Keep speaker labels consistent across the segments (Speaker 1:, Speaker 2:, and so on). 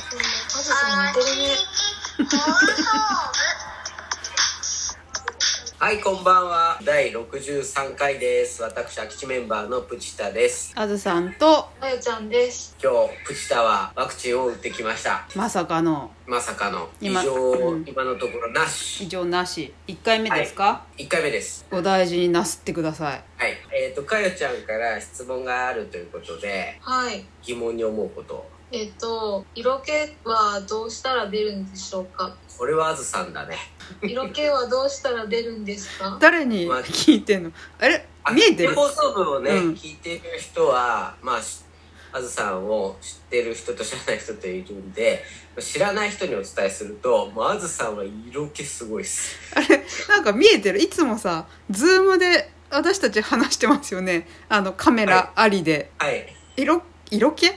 Speaker 1: マジで似てるね。
Speaker 2: はい、こんばんは。第63回です。私、空き地メンバーのプチタです。
Speaker 3: あずさんと
Speaker 1: まゆちゃんです。
Speaker 2: 今日、プチタはワクチンを打ってきました。
Speaker 3: まさかの
Speaker 2: まさかの異
Speaker 3: 今
Speaker 2: 常、
Speaker 3: うん
Speaker 2: 今のところなし。
Speaker 3: 異常なし1回目ですか、
Speaker 2: 1回目です。
Speaker 3: お大事になすってください
Speaker 2: はい。えっ、と、かよちゃんから質問があるということで、
Speaker 1: はい。
Speaker 2: 疑問に思うこと。
Speaker 1: えっと、色気はどうしたら出るんでしょうか。
Speaker 2: これはあずさんだね。
Speaker 1: 色気はどうしたら出るんですか。
Speaker 3: 誰に
Speaker 2: まあ
Speaker 3: 聞いてんのあれ
Speaker 2: あ
Speaker 3: 見えてる
Speaker 2: 放送部をね、
Speaker 3: うん
Speaker 2: 聞いてる人は、まあ、しあずさんを知ってる人と知らない人といるんで、知らない人にお伝えすると、もうあずさんは色気すごいっす。
Speaker 3: なんか見えてるいつもさズームで私たち話してますよねあのカメラありで、
Speaker 2: はい。
Speaker 3: 色色気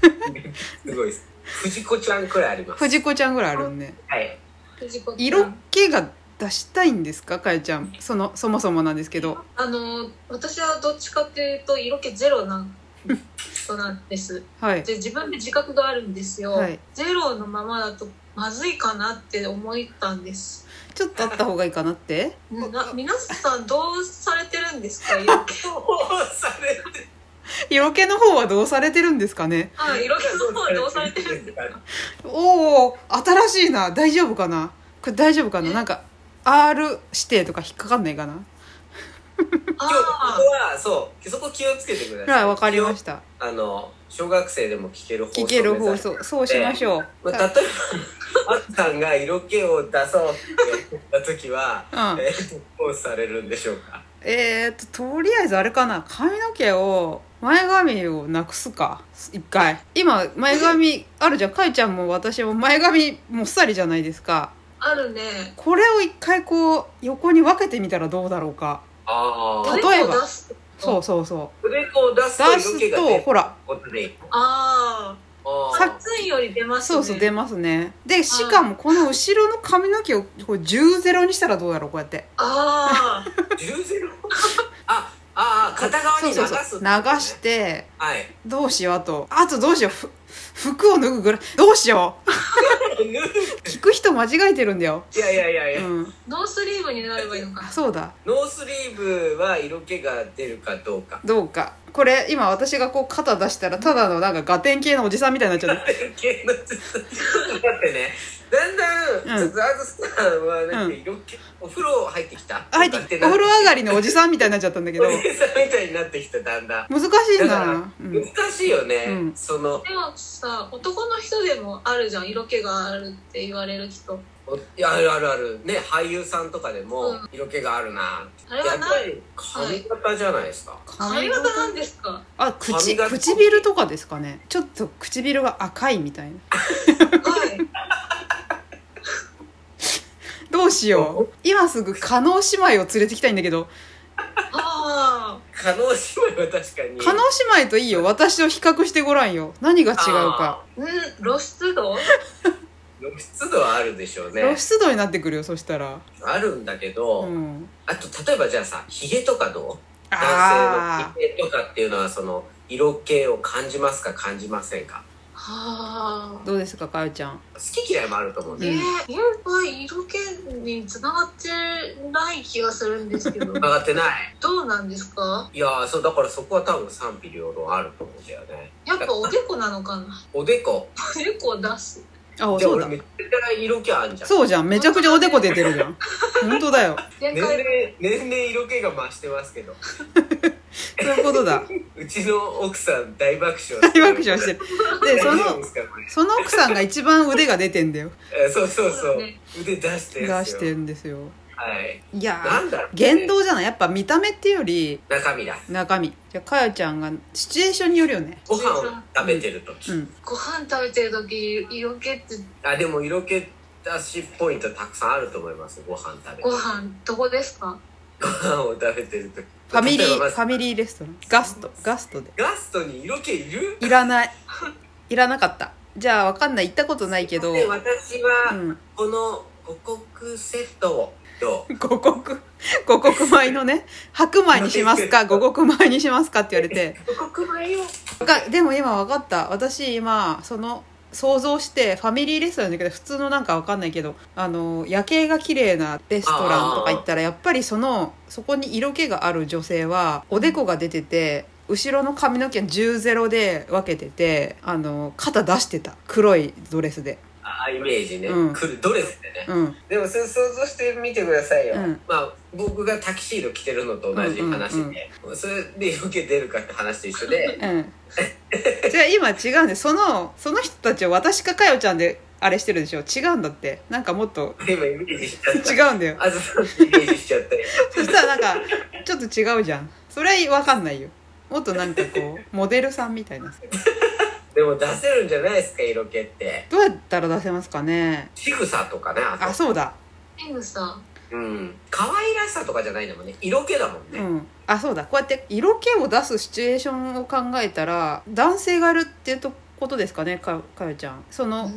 Speaker 2: すごいです。藤子ちゃんくらいあります。
Speaker 3: 藤子ちゃんぐらいあるね
Speaker 2: はい。
Speaker 1: 藤子ちゃん
Speaker 3: 色気が出したいんですかかえちゃんそのそもそもなんですけど
Speaker 1: あの、私はどっちかというと、色気ゼロな。人なん です。
Speaker 3: はい
Speaker 1: で、自分で自覚があるんですよ。
Speaker 3: はい
Speaker 1: ゼロのままだと、まずいかなって思ったんです。
Speaker 3: ちょっとあった方がいいかなって
Speaker 1: な皆さんどうされてるんですか 色気
Speaker 2: されて
Speaker 3: 色気の方はどうされてるんですかね
Speaker 1: あ色気の方はどうされてるんですか
Speaker 3: おお新しいな大丈夫かなこれ大丈夫かななんか R 指定とか引っかかんないかな
Speaker 2: 今日ここ
Speaker 1: あ
Speaker 2: はそうそこ気をつけてくださ。
Speaker 3: はいいわかりました
Speaker 2: あの小学生でも聞ける放送
Speaker 3: 聞ける
Speaker 2: 目
Speaker 3: 放
Speaker 2: 指す。
Speaker 3: 送そうしましょう、
Speaker 2: まあ、例えばあずさんが色気を出そうって思った時は、
Speaker 3: うん
Speaker 2: えーどうされるんでしょうか。
Speaker 3: えー、っととりあえずあれかな髪の毛を前髪をなくすか一回今前髪あるじゃんかいちゃんも私も前髪もっさりじゃないですか
Speaker 1: あるね
Speaker 3: これを一回こう横に分けてみたらどうだろうか
Speaker 2: あ
Speaker 3: ー
Speaker 2: あ。
Speaker 3: 例えば
Speaker 1: おでこ出す
Speaker 3: そうそうそ
Speaker 2: それを出す
Speaker 3: う
Speaker 2: と
Speaker 3: 出
Speaker 2: 色気
Speaker 3: す
Speaker 2: が
Speaker 3: と
Speaker 2: 出る
Speaker 3: ほら
Speaker 2: ことでいい。
Speaker 1: ああ
Speaker 2: あー
Speaker 1: 暑いより出ますね
Speaker 3: そうそう出ますねでしかもこの後ろの髪の毛をこう10ゼロにしたらどうだろうこうやって
Speaker 1: ああ
Speaker 2: 十ゼロ。あああ片側に流す
Speaker 3: そ
Speaker 2: っ
Speaker 3: う
Speaker 2: て
Speaker 3: そ
Speaker 2: こと
Speaker 3: う
Speaker 2: ね、
Speaker 3: そう流して
Speaker 2: はい。
Speaker 3: どうしようあとあとどうしようふ服を脱ぐぐらいどうしよう聞く人間違えてるんだよ、
Speaker 2: いやいやいやいや。
Speaker 3: うん、
Speaker 1: ノースリーブになればいいのか
Speaker 3: あ
Speaker 1: な
Speaker 3: そうだ
Speaker 2: ノースリーブは色気が出るかどうか。
Speaker 3: どうかこれ今私がこう肩出したらただのなんかガテン系のおじさんみたいになっち ゃって
Speaker 2: 色気のちょっと待ってね。だんだん、
Speaker 3: う
Speaker 2: ちょ
Speaker 3: ん
Speaker 2: っとあずさんはなんか色気、お風呂入ってきた。
Speaker 3: あ入ってきてお風呂上がりのおじさんみたいになっちゃったんだけど
Speaker 2: お姉さんみたいになってきただんだん。
Speaker 3: 難しい
Speaker 2: だから
Speaker 3: な、うん、
Speaker 2: 難しいよね。
Speaker 3: うん
Speaker 2: その
Speaker 1: でもさ男の人でもあるじゃん色気があるって言われる人
Speaker 2: おいやあるあるあるね俳優さんとかでも
Speaker 1: うん
Speaker 2: 色気があるなって。
Speaker 1: あれはな
Speaker 2: やっぱり髪型じゃないですか。
Speaker 1: 髪型なんですか
Speaker 3: あ
Speaker 2: 髪
Speaker 3: 口
Speaker 2: 型
Speaker 3: 唇とかですかねちょっと唇が赤いみたいな
Speaker 1: はい
Speaker 3: どうしよう今すぐ加納姉妹を連れてきたいんだけど
Speaker 1: あ
Speaker 2: 可能姉妹は確かに。
Speaker 3: 加納姉妹といいよ私と比較してごらんよ何が違うか
Speaker 2: あ
Speaker 1: あうん露出度
Speaker 2: ー。露出度はあるでしょうね
Speaker 3: 露。出度になってくるよそしたら、
Speaker 2: あるんだけど、
Speaker 3: うん、
Speaker 2: あと例えばじゃあさひげとかどう男
Speaker 3: あ
Speaker 2: 性のひげとかっていうのはその色気を感じますか感じませんか
Speaker 1: はあ
Speaker 3: ーどうですかかよちゃん
Speaker 2: 好き嫌いもあると思うん
Speaker 1: え
Speaker 2: で、
Speaker 1: ー、
Speaker 3: うん
Speaker 1: いやっぱ色気につながってない気がするんですけ ど
Speaker 2: 上がってない
Speaker 1: どうなんですか
Speaker 2: いやーそうだからそこは多分賛否両論あると思うんだよね
Speaker 1: やっぱおでこなのかな
Speaker 2: おでこ
Speaker 1: おでこを出す
Speaker 3: あ
Speaker 2: で
Speaker 3: そう
Speaker 2: 俺
Speaker 3: だ
Speaker 2: めっちゃ色気あんじゃん
Speaker 3: そうじゃんめちゃくちゃおでこ出てるじゃん本当だよ
Speaker 1: 限
Speaker 2: 年
Speaker 1: 界
Speaker 2: 々年々色気が増してますけど
Speaker 3: そういうことだ
Speaker 2: うちの奥さん大爆笑
Speaker 3: 大爆笑してるでそ
Speaker 2: 大丈夫
Speaker 3: の
Speaker 2: ですかこれ
Speaker 3: その奥さんが一番腕が出てんだよ
Speaker 2: えーそうそうそう
Speaker 1: そうね
Speaker 2: 腕出してるんで
Speaker 3: 出
Speaker 2: すよ
Speaker 3: してるんですよ
Speaker 2: はい
Speaker 3: いやー
Speaker 2: なんだろう、
Speaker 3: 言動じゃないやっぱ見た目っていうより
Speaker 2: 中身だ
Speaker 3: 中身じゃあかよちゃんがシチュエーションによるよね
Speaker 2: ご飯を食べてる時、
Speaker 3: うん
Speaker 1: ご飯食べてる時色気って
Speaker 2: あでも色気出しポイントたくさんあると思いますご飯食べて
Speaker 1: ご飯どこですか
Speaker 2: ご飯を食べてる時
Speaker 3: ファミリ
Speaker 2: 例えば
Speaker 3: ー
Speaker 2: ま
Speaker 3: フ
Speaker 2: ず
Speaker 3: ァミリーレストランガストガストで
Speaker 2: ガストに色気いる
Speaker 3: いらない いらなかったじゃあわかんない行ったことないけど
Speaker 2: で私は、
Speaker 3: うん
Speaker 2: この五穀セットをどう
Speaker 3: 五穀五穀米のね白米にします か五穀米にしますかって言われて
Speaker 2: 五穀米を
Speaker 3: わかでも今わかった私今その好想像してファミリーレストランだけど普通のなんかわかんないけどあの夜景が綺麗なレストランとか行ったらやっぱりそのそこに色気がある女性はおでこが出てて後ろの髪の毛10ゼロで分けててあの肩出してた黒いドレスで
Speaker 2: ああイメージね、
Speaker 3: うん
Speaker 2: くるドレスでね、
Speaker 3: うん
Speaker 2: でもそれ想像してみてくださいよ、
Speaker 3: うん
Speaker 2: まあ僕がタキシード着てるのと同じ話で、
Speaker 3: うんうん
Speaker 2: それで色気出るかって話と一緒で
Speaker 3: うんじゃあ今違うんでそのその人たちを私かかよちゃんであれしてるでしょ違うんだってなんかもっと
Speaker 2: 今イメージしちゃった
Speaker 3: 違うんだよ
Speaker 2: あずさんのイメージしちゃったよ
Speaker 3: そしたらなんかちょっと違うじゃんそれは分かんないよもっとなんかこうモデルさんみたいな
Speaker 2: でも出せるんじゃないですか色気って
Speaker 3: どうやったら出せますかね
Speaker 2: 仕草とかねあと
Speaker 3: あそうだ
Speaker 1: エグさ
Speaker 2: うん可愛らしさとかじゃないんだもんね色気だもん
Speaker 3: う
Speaker 2: ね、
Speaker 3: んあそうだこうやって色気を出すシチュエーションを考えたら男性がいるっていうとことですかねかかよちゃんその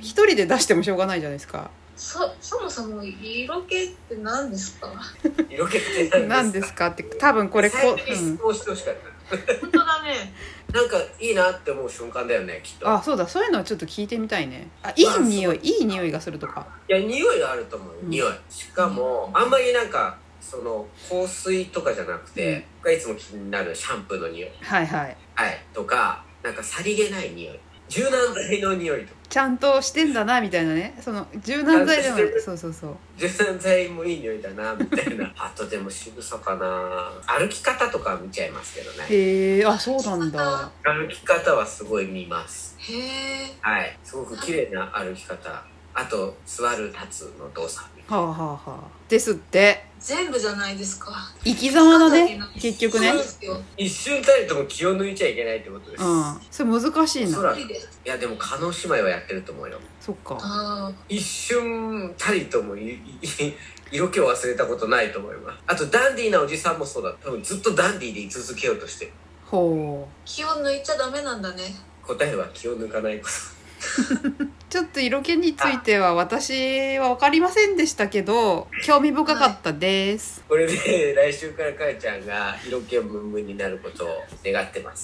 Speaker 3: 一人で出してもしょうがないじゃないですか
Speaker 1: そそもそも色気って何ですか
Speaker 2: 色気って何ですか
Speaker 3: 何ですかって多分これこ
Speaker 2: 最初
Speaker 3: う、
Speaker 2: に
Speaker 3: うん
Speaker 2: 質、問してほしかった、
Speaker 1: 本当だね
Speaker 2: なんかいいなって思う瞬間だよねきっと
Speaker 3: あそうだそういうのはちょっと聞いてみたいねあいい匂いいい匂いがするとか
Speaker 2: いや匂いはあると思うよ
Speaker 3: うん
Speaker 2: 匂いしかもあんまりなんかその香水とかじゃなくて、
Speaker 3: うん
Speaker 2: 僕がいつも気になるシャンプーの匂い、
Speaker 3: はいはい
Speaker 2: はい、とかなんかさりげない匂い柔軟剤の匂いとか
Speaker 3: ちゃんとしてんだなみたいなねその柔軟剤でもそうそうそう
Speaker 2: 柔軟剤もいい匂いだなみたい なあとでも渋さかな歩き方とかは見ちゃいますけどね
Speaker 3: へえあそうなんだ
Speaker 2: 歩き方はすごい見ます
Speaker 1: へえ
Speaker 2: はいすごく綺麗な歩き方あと座る立つの動作
Speaker 3: はあはあはあですって
Speaker 1: 全部じゃないですか
Speaker 3: 生き様だね結局ね
Speaker 1: そうですよ
Speaker 2: 一瞬たりとも気を抜いちゃいけないってことです、
Speaker 3: うんそれ難しい
Speaker 2: そ
Speaker 3: な
Speaker 2: ら
Speaker 1: 無理で
Speaker 2: いやでも叶姉妹はやってると思うよ
Speaker 3: そっか
Speaker 1: あ
Speaker 2: 一瞬たりともいい い色気を忘れたことないと思いますあとダンディーなおじさんもそうだ多分ずっとダンディーで居続けようとしてる
Speaker 3: ほ
Speaker 1: ー気を抜いちゃダメなんだね
Speaker 2: 答えは気を抜かないこ
Speaker 3: うちょっと色気については私は分かりませんでしたけど興味深かったです
Speaker 2: とこれで来週からかえちゃんが色気ムンムンになることを願ってます